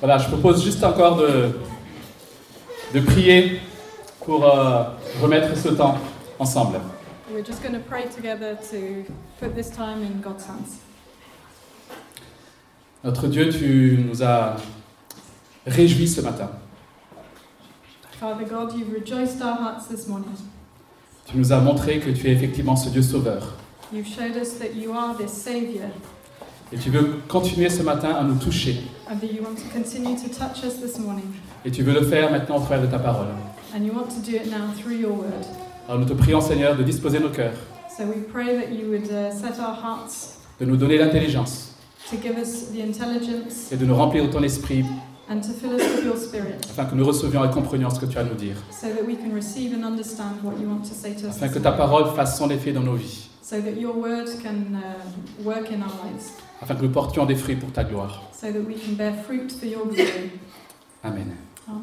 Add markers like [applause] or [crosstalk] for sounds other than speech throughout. Voilà, je propose juste encore de, de prier pour euh, remettre ce temps ensemble. We're just going to pray together to put this time in God's hands. Notre Dieu, tu nous as réjouis ce matin. Father God, you've rejoiced our hearts this morning. Tu nous as montré que tu es effectivement ce Dieu sauveur. You've showed us that you are this Saviour Et tu veux continuer ce matin à nous toucher. and that you want to continue to touch us this morning. Et tu veux le faire maintenant au travers de ta parole. And you want to do it now through your word. Alors nous te prions, Seigneur, de disposer nos cœurs, So we pray that you would uh, set our hearts de nous donner l'intelligence to give us the intelligence et de nous remplir de ton esprit and to fill us with your spirit afin que nous recevions et comprenions ce que tu as à nous dire. so that we can receive and understand what you want to say to us. Afin this que ta morning. parole fasse son effet dans nos vies. So that your word can uh, work in our lives. Afin que nous portions des fruits pour ta gloire. So that we can bear fruit for your glory. Amen. Amen.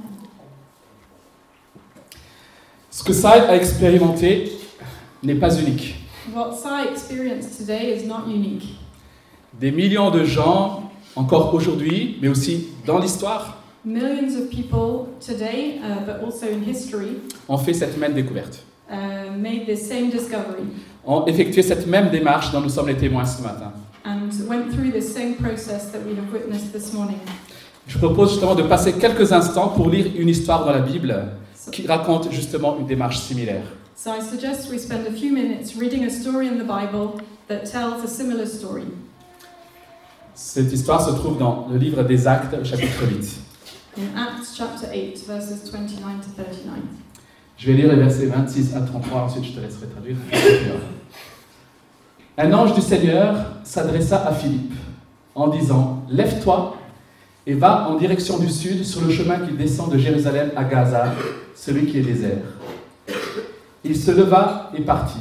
Ce que Saïd a expérimenté n'est pas unique. What Sai experienced today is not unique. Des millions de gens, encore aujourd'hui, mais aussi dans l'histoire, Millions of people today, uh, but also in history, ont fait cette même découverte, uh, made this same discovery ont effectué cette même démarche dont nous sommes les témoins ce matin. and went through this same process that we have witnessed this morning. Je propose justement de passer quelques instants pour lire une histoire dans la Bible So, qui raconte justement une démarche similaire. so I suggest we spend a few minutes reading a story in the Bible that tells a similar story. Cette histoire se trouve dans le livre des Actes, au chapitre 8. In Acts chapter 8, verses 29 to 39. Je vais lire les versets 26 à 33, ensuite je te laisserai traduire. [laughs] Un ange du Seigneur s'adressa à Philippe en disant Lève-toi et va en direction du sud sur le chemin qui descend de Jérusalem à Gaza, celui qui est désert. Il se leva et partit.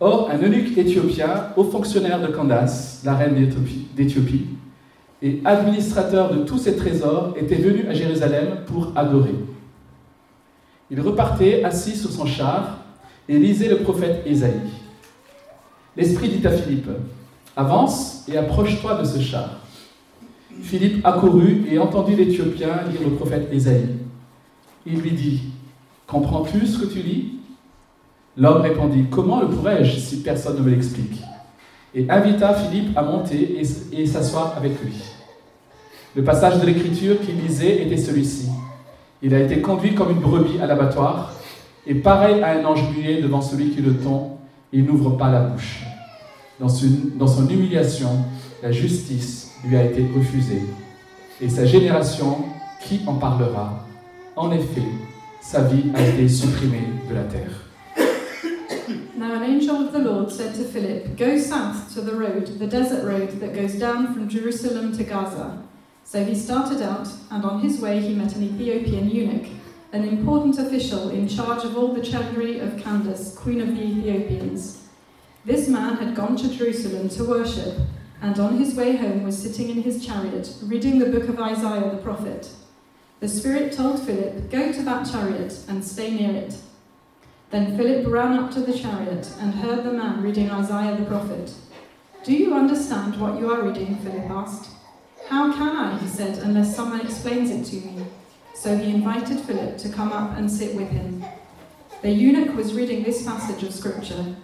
Or, un eunuque éthiopien, haut fonctionnaire de Candace, la reine d'Éthiopie- d'Éthiopie, et administrateur de tous ses trésors, était venu à Jérusalem pour adorer. Il repartait assis sur son char et lisait le prophète Ésaïe. L'Esprit dit à Philippe, avance et approche-toi de ce char. Philippe accourut et entendit l'Éthiopien lire le prophète Ésaïe. Il lui dit, comprends-tu ce que tu lis L'homme répondit, comment le pourrais-je si personne ne me l'explique Et invita Philippe à monter et- et s'asseoir avec lui. Le passage de l'écriture qu'il lisait était celui-ci. Il a été conduit comme une brebis à l'abattoir, et pareil à un ange muet devant celui qui le tend, il n'ouvre pas la bouche. Dans, son- dans son humiliation, la justice lui a été refusée. Et sa génération, qui en parlera En effet, sa vie a été supprimée de la terre. Now an angel of the Lord said to Philip, Go south to the road, the desert road that goes down from Jerusalem to Gaza. So he started out, and on his way he met an Ethiopian eunuch, an important official in charge of all the chandry of Candace, queen of the Ethiopians. This man had gone to Jerusalem to worship, and on his way home was sitting in his chariot, reading the book of Isaiah the prophet. The Spirit told Philip, Go to that chariot and stay near it. Then Philip ran up to the chariot and heard the man reading Isaiah the prophet. Do you understand what you are reading? Philip asked. How can I, he said, unless someone explains it to me? So he invited Philip to come up and sit with him. The eunuch was reading this passage of scripture.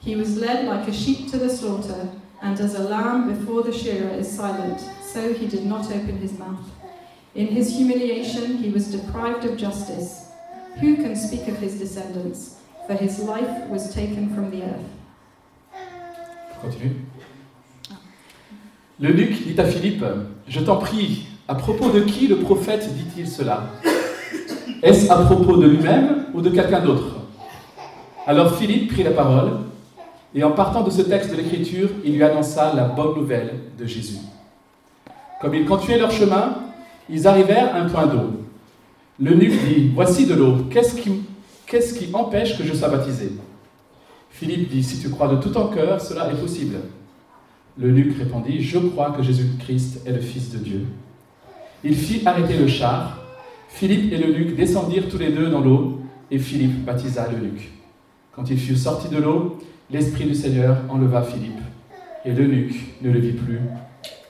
He was led like a sheep to the slaughter, and as a lamb before the shearer is silent, so he did not open his mouth. In his humiliation, he was deprived of justice. Who can speak of his descendants? For his life was taken from the earth. Continue. Le Luc dit à Philippe, je t'en prie, à propos de qui le prophète dit-il cela Est-ce à propos de lui-même ou de quelqu'un d'autre Alors Philippe prit la parole, et en partant de ce texte de l'Écriture, il lui annonça la bonne nouvelle de Jésus. Comme ils continuaient leur chemin, ils arrivèrent à un point d'eau. L'eunuque dit, voici de l'eau, qu'est-ce qui, qu'est-ce qui empêche que je sois baptisé Philippe dit, si tu crois de tout ton cœur, cela est possible. L'eunuque répondit, je crois que Jésus-Christ est le Fils de Dieu. Il fit arrêter le char. Philippe et l'eunuque descendirent tous les deux dans l'eau, et Philippe baptisa l'eunuque. Quand il fut sorti de l'eau, l'Esprit du Seigneur enleva Philippe, et l'eunuque ne le vit plus.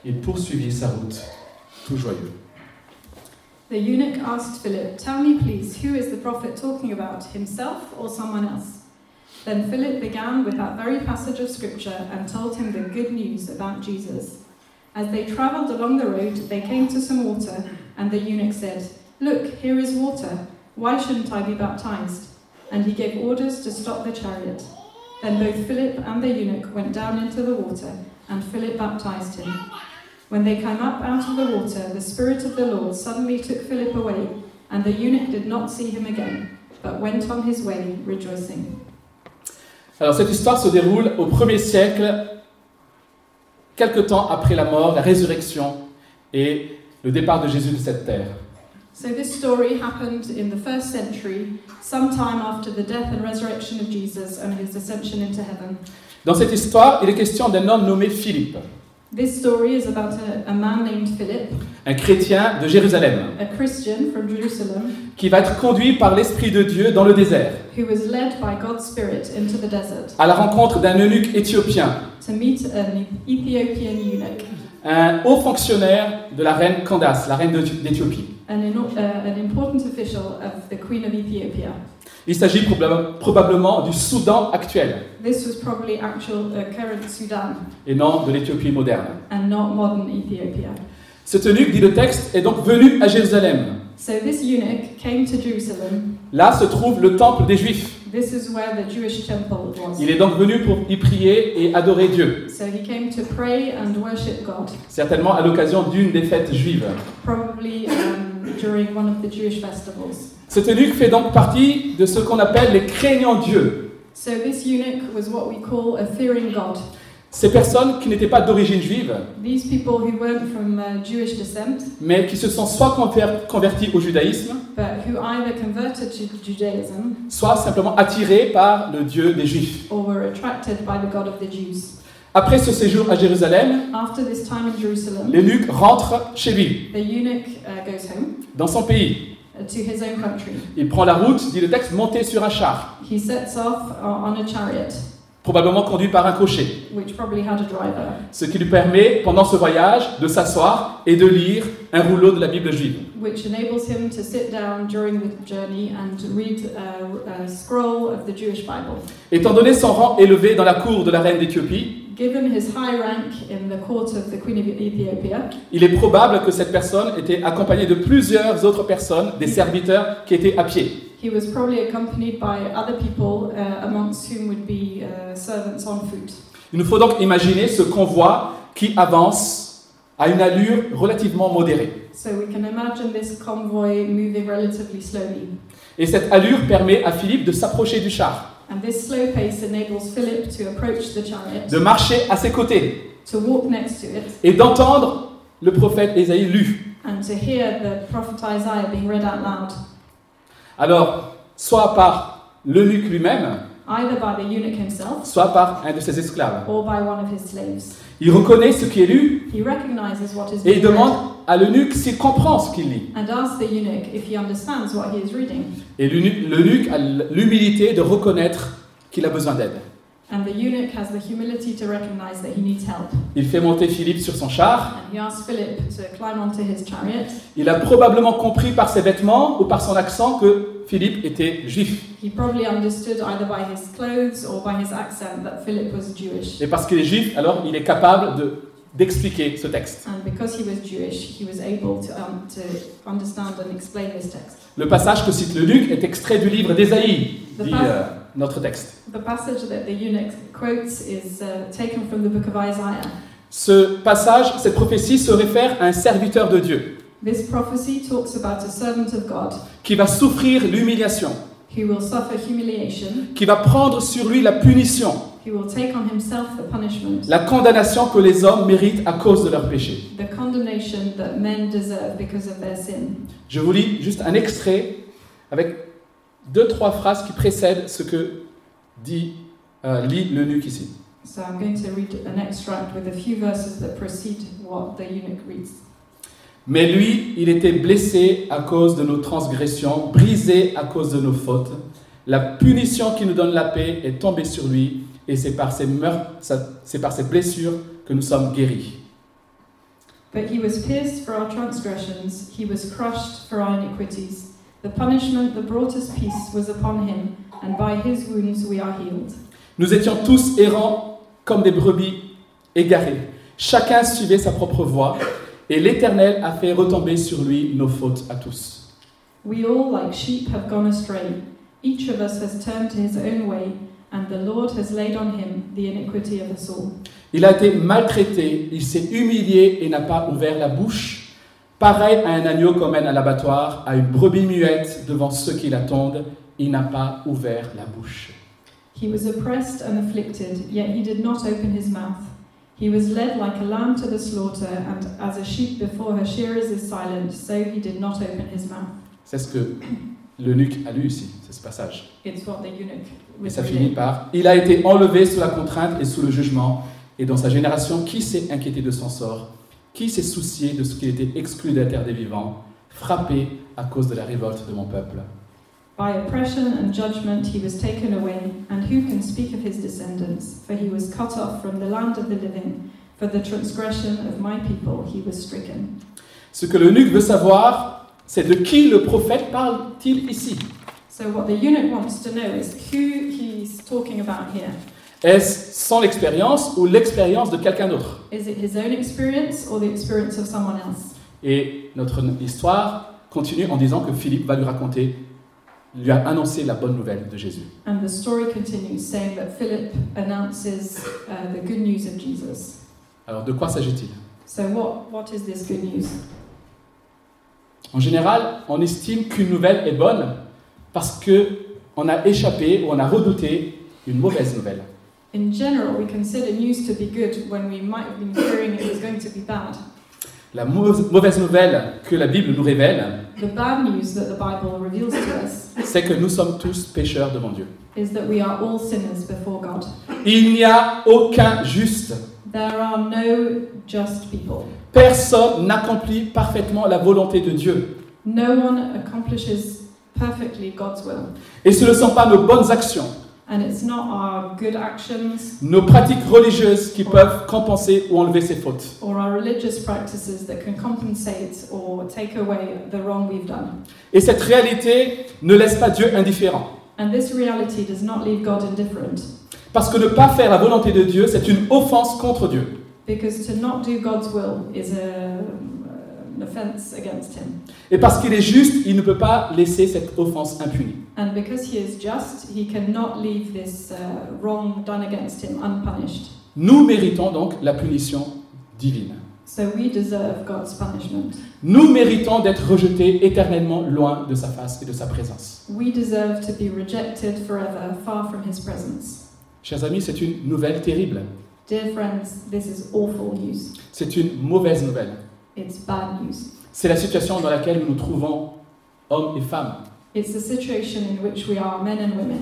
Il poursuivit sa route tout joyeux. The eunuch asked Philip, Tell me, please, who is the prophet talking about, himself or someone else? Then Philip began with that very passage of Scripture and told him the good news about Jesus. As they travelled along the road, they came to some water, and the eunuch said, Look, here is water. Why shouldn't I be baptized? And he gave orders to stop the chariot. Then both Philip and the eunuch went down into the water, and Philip baptized him. When they came up out of the water, the Spirit of the Lord suddenly took Philip away, and the eunuch did not see him again, but went on his way rejoicing. Alors cette histoire se déroule au 1er siècle, quelque temps après la mort, la résurrection et le départ de Jésus de cette terre. So this story happened in the first century, sometime after the death and resurrection of Jesus and his ascension into heaven. Dans cette histoire, il est question d'un homme nommé Philippe, This story is about a, a man named Philip, un chrétien de Jérusalem, a Christian from Jerusalem, qui va être conduit par l'Esprit de Dieu dans le désert, who was led by God's Spirit into the desert à la rencontre d'un eunuque éthiopien, to meet an Ethiopian eunuch, un haut fonctionnaire de la reine Candace, la reine d'Éthi- d'Éthiopie. an, ino- uh, an important official of the Queen of Ethiopia. Il s'agit proba- probablement du Soudan actuel This was probably actual uh, current Sudan et non de l'Éthiopie moderne. and not modern Ethiopia. Cet eunuque, dit le texte, est donc venu à Jérusalem. So this eunuch came to Jerusalem. Là se trouve le temple des Juifs. This is where the Jewish temple was. Il est donc venu pour y prier et adorer Dieu, So he came to pray and worship God, certainement à l'occasion d'une des fêtes juives. probably um, during one of the Jewish festivals. Cet eunuque fait donc partie de ce qu'on appelle les craignants Dieu, So this eunuch was what we call a fearing God. ces personnes qui n'étaient pas d'origine juive, These people who weren't from uh, Jewish descent, mais qui se sont soit conver- convertis au judaïsme, but who either converted to Judaism soit simplement attirés par le Dieu des Juifs. or were attracted by the God of the Jews. Après ce séjour à Jérusalem, After this time in Jerusalem, l'eunuque rentre chez lui, the eunuch uh, goes home dans son pays. uh, to his own country. Il prend la route, dit le texte, monté sur un char, He sets off uh, on a chariot, probablement conduit par un cocher, which probably had a driver, ce qui lui permet, pendant ce voyage, de s'asseoir et de lire un rouleau de la Bible juive. which enables him to sit down during the journey and read a, a scroll of the Jewish Bible. Étant donné son rang élevé dans la cour de la reine d'Éthiopie, Given his high rank in the court of the Queen of Ethiopia, il est probable que cette personne était accompagnée de plusieurs autres personnes, des serviteurs qui étaient à pied. He was probably accompanied by other people, uh, amongst whom would be uh, servants on foot. Il nous faut donc imaginer ce convoi qui avance à une allure relativement modérée. So we can imagine this convoy moving relatively slowly. Et cette allure permet à Philippe de s'approcher du char, And this slow pace enables Philip to approach the chariot, de marcher à ses côtés to walk next to it, et d'entendre le prophète Ésaïe lu. and to hear the prophet Isaiah being read out loud, Alors, soit par l'eunuque lui-même, either by the eunuch himself soit par un de ses esclaves. or by one of his slaves. Il reconnaît ce qui est lu He recognizes what is et il being read demande à l'eunuque s'il comprend ce qu'il lit. and asks the eunuch if he understands what he is reading. Et l'eunuque- l'eunuque a l'humilité de reconnaître qu'il a besoin d'aide. And the eunuch has the humility to recognize that he needs help. Il fait monter Philippe sur son char. And he asked Philip to climb onto his chariot. Il a probablement compris par ses vêtements ou par son accent que Philippe était juif. He probably understood either by his clothes or by his accent that Philip was Jewish. Et parce qu'il est juif, alors il est capable de- d'expliquer ce texte. And because he was Jewish, he was able to, um, to understand and explain this text. Le passage que cite l'eunuque est extrait du livre d'Ésaïe, Le dit pas- euh, notre texte. The passage that the eunuch quotes is uh, taken from the book of Isaiah. Ce passage, cette prophétie se réfère à un serviteur de Dieu This prophecy talks about a servant of God qui va souffrir l'humiliation, who will suffer humiliation, qui va prendre sur lui la punition, who will take on himself the punishment, la condamnation que les hommes méritent à cause de leur péché. the condemnation that men deserve because of their sin. Je vous lis juste un extrait avec deux, trois phrases qui précèdent ce que dit, euh, lit l'eunuque ici. So I'm going to read an extract with a few verses that precede what the eunuch reads. Mais lui, il était blessé à cause de nos transgressions, brisé à cause de nos fautes. La punition qui nous donne la paix est tombée sur lui, et c'est par ses, meurs- sa- c'est par ses blessures que nous sommes guéris. But he was pierced for our transgressions, he was crushed for our iniquities. The punishment that brought us peace was upon him, and by his wounds we are healed. Nous étions tous errants comme des brebis égarés. Chacun suivait sa propre voie, et l'Éternel a fait retomber sur lui nos fautes à tous. We all, like sheep, have gone astray. Each of us has turned to his own way, and the Lord has laid on him the iniquity of us all. Il a été maltraité, il s'est humilié et n'a pas ouvert la bouche. Pareil à un agneau qu'on mène à l'abattoir, à une brebis muette devant ceux qui l'attendent, il n'a pas ouvert la bouche. He was oppressed and afflicted, yet he did not open his mouth. He was led like a lamb to the slaughter, and as a sheep before her shearers is silent, so he did not open his mouth. C'est ce que l'eunuque a lu ici, c'est ce passage. It's what the eunuch Et was ça finit reading. par Il a été enlevé sous la contrainte et sous le jugement, et dans sa génération, qui s'est inquiété de son sort Qui s'est soucié de ce qu'il était exclu de la terre des vivants Frappé à cause de la révolte de mon peuple. By oppression and judgment he was taken away, and who can speak of his descendants? For he was cut off from the land of the living. For the transgression of my people he was stricken. Ce que l'eunuque veut savoir, c'est de qui le prophète parle-t-il ici So, what the eunuch wants to know is who he's talking about here. Est-ce son expérience ou l'expérience de quelqu'un d'autre Is it his own experience or the experience of someone else? Et notre histoire continue en disant que Philippe va lui raconter, lui a annoncé la bonne nouvelle de Jésus. And the story continues saying that Philip announces uh, the good news of Jesus. Alors de quoi s'agit-il So, what, what is this good news? En général, on estime qu'une nouvelle est bonne parce que on a échappé ou on a redouté une mauvaise nouvelle. In general, we consider news to be good when we might have been hearing it was going to be bad. La mau- mauvaise nouvelle que la Bible nous révèle, The bad news that the Bible reveals to us c'est que nous sommes tous pécheurs devant Dieu. is that we are all sinners before God. Il n'y a aucun juste. There are no just people. Personne n'accomplit parfaitement la volonté de Dieu. No one accomplishes perfectly God's will. Et ce ne sont pas nos bonnes actions, And it's not our good actions nos pratiques religieuses qui peuvent compenser ou enlever ces fautes. or our religious practices that can compensate or take away the wrong we've done. Et cette réalité ne laisse pas Dieu indifférent. And this reality does not leave God indifferent, Parce que ne pas faire la volonté de Dieu, c'est une offense contre Dieu. because to not do God's will is a, an offense against Him. Et parce qu'il est juste, il ne peut pas laisser cette offense impunie. And because He is just, He cannot leave this uh, wrong done against Him unpunished. Nous méritons donc la punition divine. So we deserve God's punishment. Nous méritons d'être rejetés éternellement loin de sa face et de sa présence. We deserve to be rejected forever, far from His presence. Chers amis, c'est une nouvelle terrible. Dear friends, this is awful news. C'est une mauvaise nouvelle. It's bad news. C'est la situation dans laquelle nous nous trouvons, hommes et femmes. It's the situation in which we are, men and women.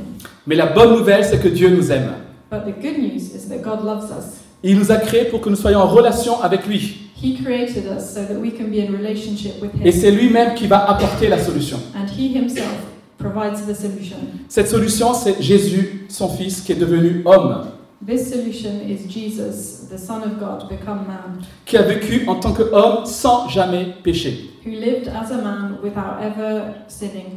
Mais la bonne nouvelle, c'est que Dieu nous aime. But the good news is that God loves us. Il nous a créés pour que nous soyons en relation avec lui. He created us so that we can be in relationship with Et Him, c'est lui-même qui va apporter la solution. and He Himself provides the solution. Cette solution, c'est Jésus, son Fils, qui est devenu homme, This solution is Jesus, the Son of God, become man, qui a vécu en tant qu'homme sans jamais pécher. who lived as a man without ever sinning.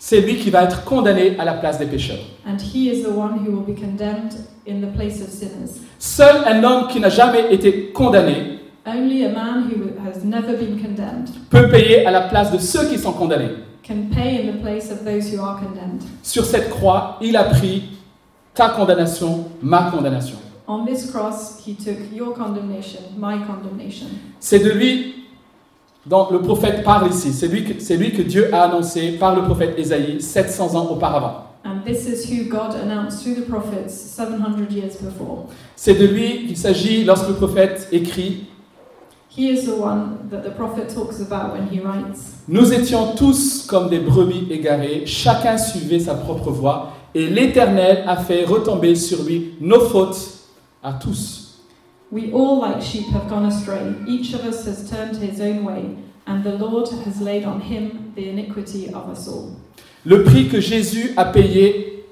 C'est lui qui va être condamné à la place des pécheurs. And He is the one who will be condemned in the place of sinners. Seul un homme qui n'a jamais été condamné Only a man who has never been condemned peut payer à la place de ceux qui sont condamnés. can pay in the place of those who are condemned. Sur cette croix, il a pris ta condamnation, ma condamnation. On this cross, he took your condemnation, my condemnation. C'est de lui dont le prophète parle ici. C'est lui, que- c'est lui que Dieu a annoncé par le prophète Ésaïe 700 ans auparavant. And this is who God announced through the prophets 700 years before. C'est de lui qu'il s'agit lorsque le prophète écrit He is the one that the prophet talks about when he writes Nous étions tous comme des brebis égarées, chacun suivait sa propre voie, et l'Éternel a fait retomber sur lui nos fautes à tous. We all, like sheep, have gone astray. Each of us has turned to his own way, and the Lord has laid on him the iniquity of us all. Le prix que Jésus a payé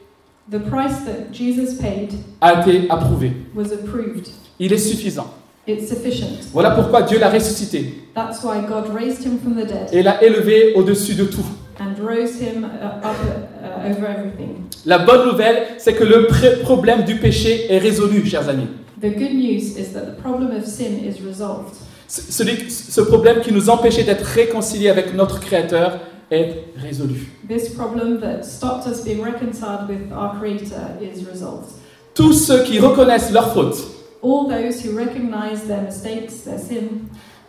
The price that Jesus paid a été approuvé. was approved, Il est suffisant. It's sufficient. Voilà pourquoi Dieu l'a ressuscité That's why God raised him from the dead et l'a élevé au-dessus de tout. and rose him uh, up uh, over everything. La bonne nouvelle, c'est que le pré- problème du péché est résolu, chers amis. The good news is that the problem of sin is resolved. Ce- celui- ce problème qui nous empêchait d'être réconciliés avec notre Créateur est résolu. This problem that stopped us being reconciled with our Creator is resolved. Tous ceux qui reconnaissent leur faute, All those who recognize their mistakes, their sin,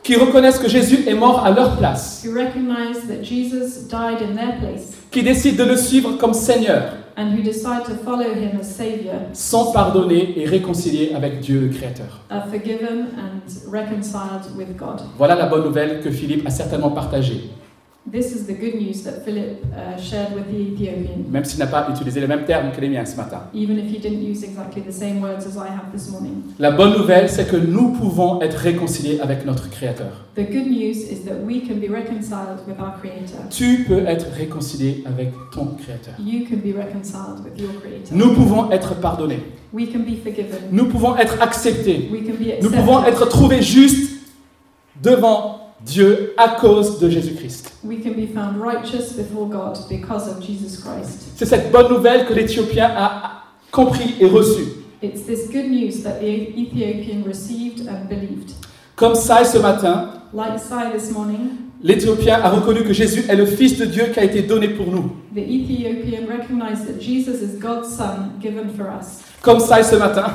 qui reconnaissent que Jésus est mort à leur place, who recognize that Jesus died in their place, qui décident de le suivre comme Seigneur, and who decide to follow him as Savior, sont pardonnés et réconciliés avec Dieu le Créateur. are forgiven and reconciled with God. Voilà la bonne nouvelle que Philippe a certainement partagée, This is the good news that Philip uh, shared with the Ethiopian, même s'il n'a pas utilisé les mêmes termes que les miens ce matin. even if he didn't use exactly the same words as I have this morning. La bonne nouvelle, c'est que nous pouvons être réconciliés avec notre Créateur. The good news is that we can be reconciled with our Creator. Tu peux être réconcilié avec ton Créateur. You can be reconciled with your Creator. Nous pouvons être pardonnés. We can be forgiven. Nous pouvons être acceptés. We can be Nous accepted. pouvons être trouvés justes devant Dieu à cause de Jésus-Christ. We can be found righteous before God because of Jesus Christ. C'est cette bonne nouvelle que l'Éthiopien a compris et reçue. It's this good news that the Ethiopian received and believed. Comme ça, ce matin, Like Sai this morning, l'Éthiopien a reconnu que Jésus est le Fils de Dieu qui a été donné pour nous. the Ethiopian recognized that Jesus is God's Son given for us. Comme ça, ce matin,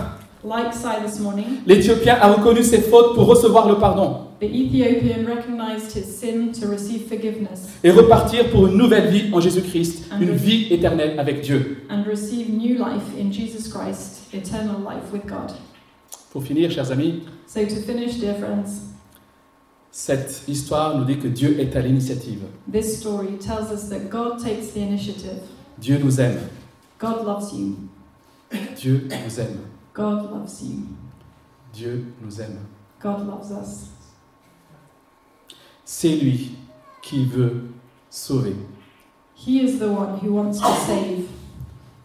Like Sai this morning, l'Éthiopien a reconnu ses fautes pour recevoir le pardon the Ethiopian recognized his sin to receive forgiveness et repartir pour une nouvelle vie en Jésus-Christ, une vie éternelle avec Dieu. and receive new life in Jesus Christ, eternal life with God. Pour finir, chers amis, So, to finish, dear friends, cette histoire nous dit que Dieu est à l'initiative. this story tells us that God takes the initiative. Dieu nous aime. God loves you. Dieu nous aime. God loves you. Dieu nous aime. God loves us. C'est lui qui veut sauver. He is the one who wants to save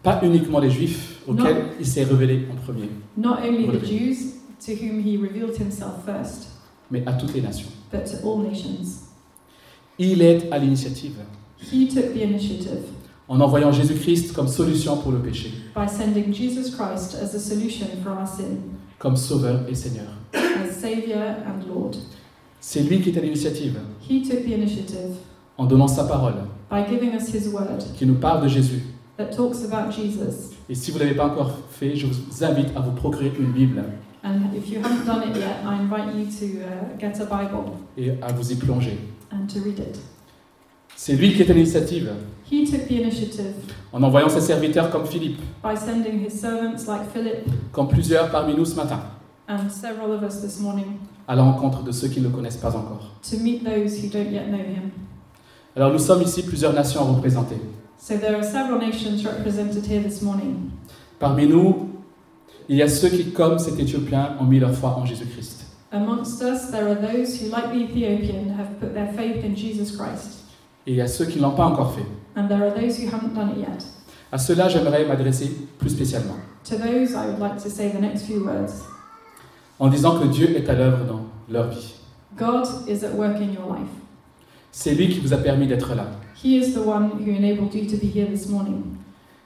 Pas uniquement les Juifs auxquels Non. il s'est révélé en premier, not only the Jews, to whom he revealed himself first, mais à toutes les nations. but to all nations. Il est à l'initiative He took the initiative en envoyant Jésus-Christ comme solution pour le péché, by sending Jesus Christ as a solution for our sin, comme sauveur et Seigneur. as Saviour and Lord. C'est lui qui est à l'initiative He took the initiative en donnant sa parole by giving us his word qui nous parle de Jésus. that talks about Jesus. Et si vous ne l'avez pas encore fait, je vous invite à vous procurer une Bible And if you haven't done it yet, I invite you to uh, get a Bible et à vous y plonger. and to read it. C'est lui qui est à l'initiative He took the initiative en envoyant ses serviteurs comme Philippe, by sending his servants like Philip comme plusieurs parmi nous ce matin, and several of us this morning à la rencontre de ceux qui ne le connaissent pas encore. to meet those who don't yet know him. Alors nous sommes ici plusieurs nations représentées. So there are several nations represented here this morning. Parmi nous, il y a ceux qui, comme cet Éthiopien, ont mis leur foi en Jésus-Christ. Amongst us, there are those who, like the Ethiopian, have put their faith in Jesus Christ, Et il y a ceux qui ne l'ont pas encore fait. and there are those who haven't done it yet. À ceux-là, j'aimerais m'adresser plus spécialement, To those, I would like to say the next few words en disant que Dieu est à l'œuvre dans leur vie. God is at work in your life. C'est lui qui vous a permis d'être là. He is the one who enabled you to be here this morning.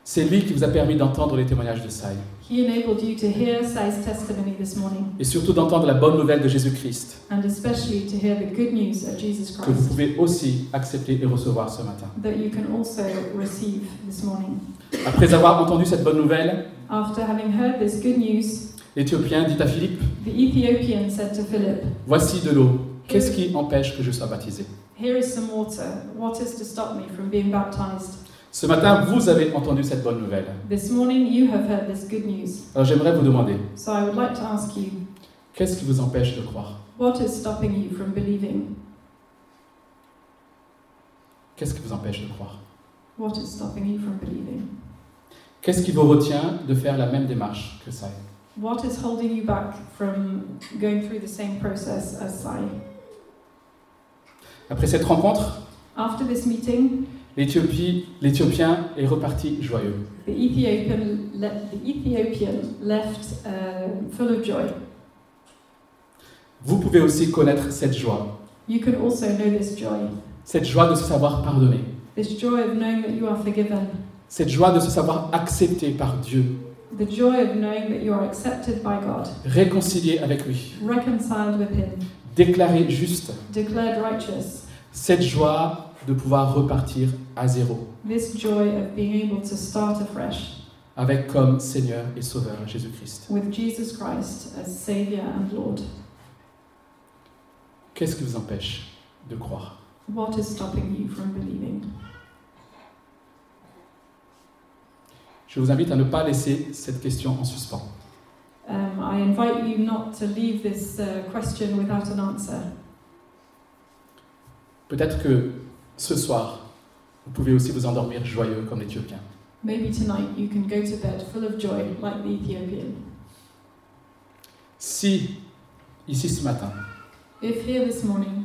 C'est lui qui vous a permis d'entendre les témoignages de Saï. He enabled you to hear Sai's testimony this morning, Et surtout d'entendre la bonne nouvelle de Jésus-Christ, and especially to hear the good news of Jesus que vous Christ. pouvez aussi accepter et recevoir ce matin. that you can also receive this morning. Après avoir entendu cette bonne nouvelle, After having heard this good news, l'Éthiopien dit à Philippe, the Ethiopian said to Philip, Voici de l'eau. Qu'est-ce qui empêche que je sois baptisé Here is some water. What is to stop me from being baptized? Ce matin, vous avez entendu cette bonne nouvelle. This morning you have heard this good news. Alors j'aimerais vous demander, So I would like to ask you, qu'est-ce qui vous empêche de croire what is stopping you from believing? Qu'est-ce qui vous empêche de croire What is stopping you from believing? Qu'est-ce qui vous retient de faire la même démarche que ça What is holding you back from going through the same process as Sai? Après cette rencontre, After this meeting, l'Éthiopie- l'Éthiopien est reparti joyeux. the um, Ethiopian, le- the Ethiopian left uh, full of joy. vous pouvez aussi connaître cette joie. You can also know this joy, Cette joie de se savoir pardonner. this joy of knowing that you are forgiven, Cette joie de se savoir accepté par Dieu, the joy of knowing that you are accepted by God, réconcilié avec lui, reconciled with Him, déclaré juste. declared righteous, Cette joie de pouvoir repartir à zéro this joy of being able to start afresh avec comme Seigneur et Sauveur Jésus-Christ. with Jesus Christ as Saviour and Lord. Qu'est-ce qui vous empêche de croire What is stopping you from believing? Je vous invite à ne pas laisser cette question en suspens. Um, I invite you not to leave this uh, question without an answer. Peut-être que ce soir, vous pouvez aussi vous endormir joyeux comme l'Éthiopien. Maybe tonight you can go to bed full of joy like the Ethiopian. Si, ici ce matin, If here this morning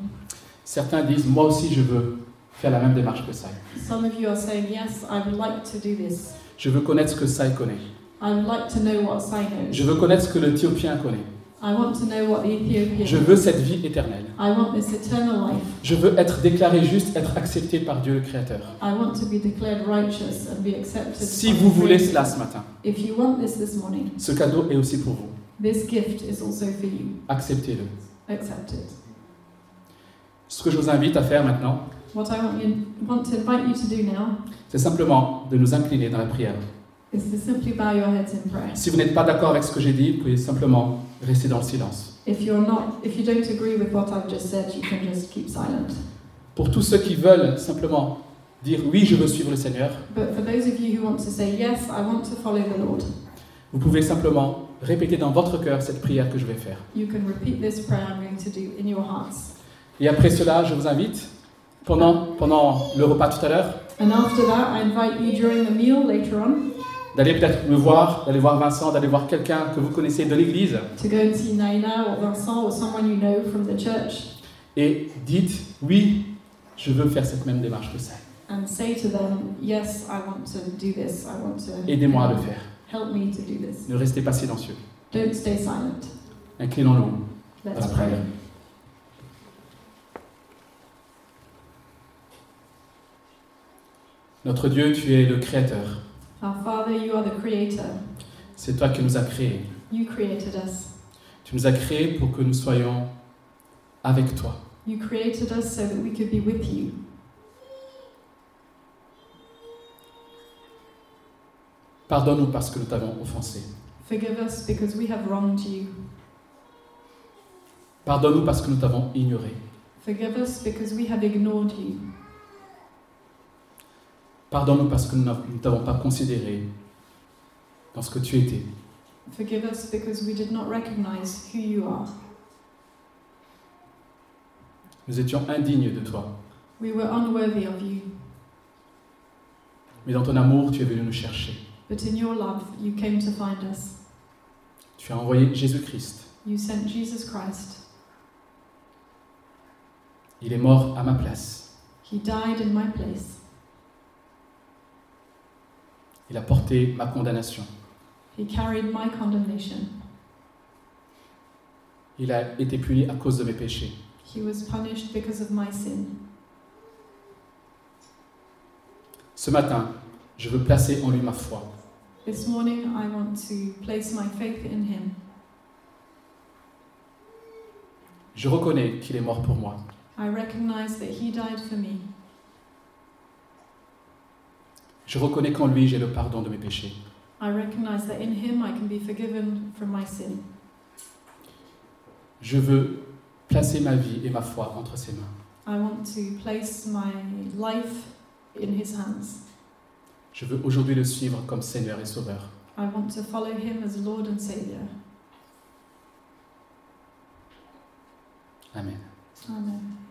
certains disent Moi aussi je veux faire la même démarche que Sai. some of you are saying, Yes, I would like to do this, Je veux connaître ce que Sai connaît. I would like to know what Sai knows, Je veux connaître ce que l'Éthiopien connaît. I want to know what the Ethiopian Je veux cette vie éternelle. I want this eternal life, Je veux être déclaré juste, être accepté par Dieu le Créateur. I want to be declared righteous and be accepted. Si by vous the voulez Creator. cela ce matin, If you want this this morning, ce cadeau est aussi pour vous. this gift is also for you. Acceptez-le. Accept it. Ce que je vous invite à faire maintenant, What I want, you, want to invite you to do now c'est simplement de nous incliner dans la prière. is to simply bow your heads in prayer. Si vous n'êtes pas d'accord avec ce que j'ai dit, vous pouvez simplement rester dans le silence. If you're not, if you don't agree with what I've just said, you can just keep silent. Pour tous ceux qui veulent simplement dire oui, je veux suivre le Seigneur, But for those of you who want to say yes, I want to follow the Lord, vous pouvez simplement répéter dans votre cœur cette prière que je vais faire. you can repeat this prayer I'm going to do in your hearts. Et après cela, je vous invite, pendant, pendant le repas tout à l'heure, And after that, I invite you during the meal later on d'aller peut-être me voir, d'aller voir Vincent, d'aller voir quelqu'un que vous connaissez de l'église, to go and see Naina or Vincent or someone you know from the church et dites oui, je veux faire cette même démarche que ça. and say to them, Yes, I want to do this. I want to. Aidez-moi à le faire. Help me to do this. Ne restez pas silencieux. Don't stay silent. Inclinons-nous dans Let's la prière. pray. Notre Dieu, tu es le Créateur. Our Father, you are the Creator. C'est toi qui nous as créés. You created us. Tu nous as créés pour que nous soyons avec toi. You created us so that we could be with you. Pardonne-nous parce que nous t'avons offensé. Forgive us because we have wronged you. Pardonne-nous parce que nous t'avons ignoré. Forgive us because we have ignored you. Pardonne-nous parce que nous n'av- nous ne t'avons pas considéré dans ce que tu étais. Forgive us because we did not recognize who you are. Nous étions indignes de toi. We were unworthy of you, Mais dans ton amour, tu es venu nous chercher. but in your love you came to find us. Tu as envoyé Jésus-Christ. You sent Jesus Christ. Il est mort à ma place. He died in my place. Il a porté ma condamnation. He carried my condemnation. Il a été puni à cause de mes péchés. He was punished because of my sin. Ce matin, je veux placer en lui ma foi. This morning I want to place my faith in him. Je reconnais qu'il est mort pour moi. I recognize that he died for me. Je reconnais qu'en lui, j'ai le pardon de mes péchés. I recognize that in him I can be forgiven from my sin. Je veux placer ma vie et ma foi entre ses mains. I want to place my life in his hands. Je veux aujourd'hui le suivre comme Seigneur et Sauveur. I want to follow him as Lord and Savior. Amen. Amen.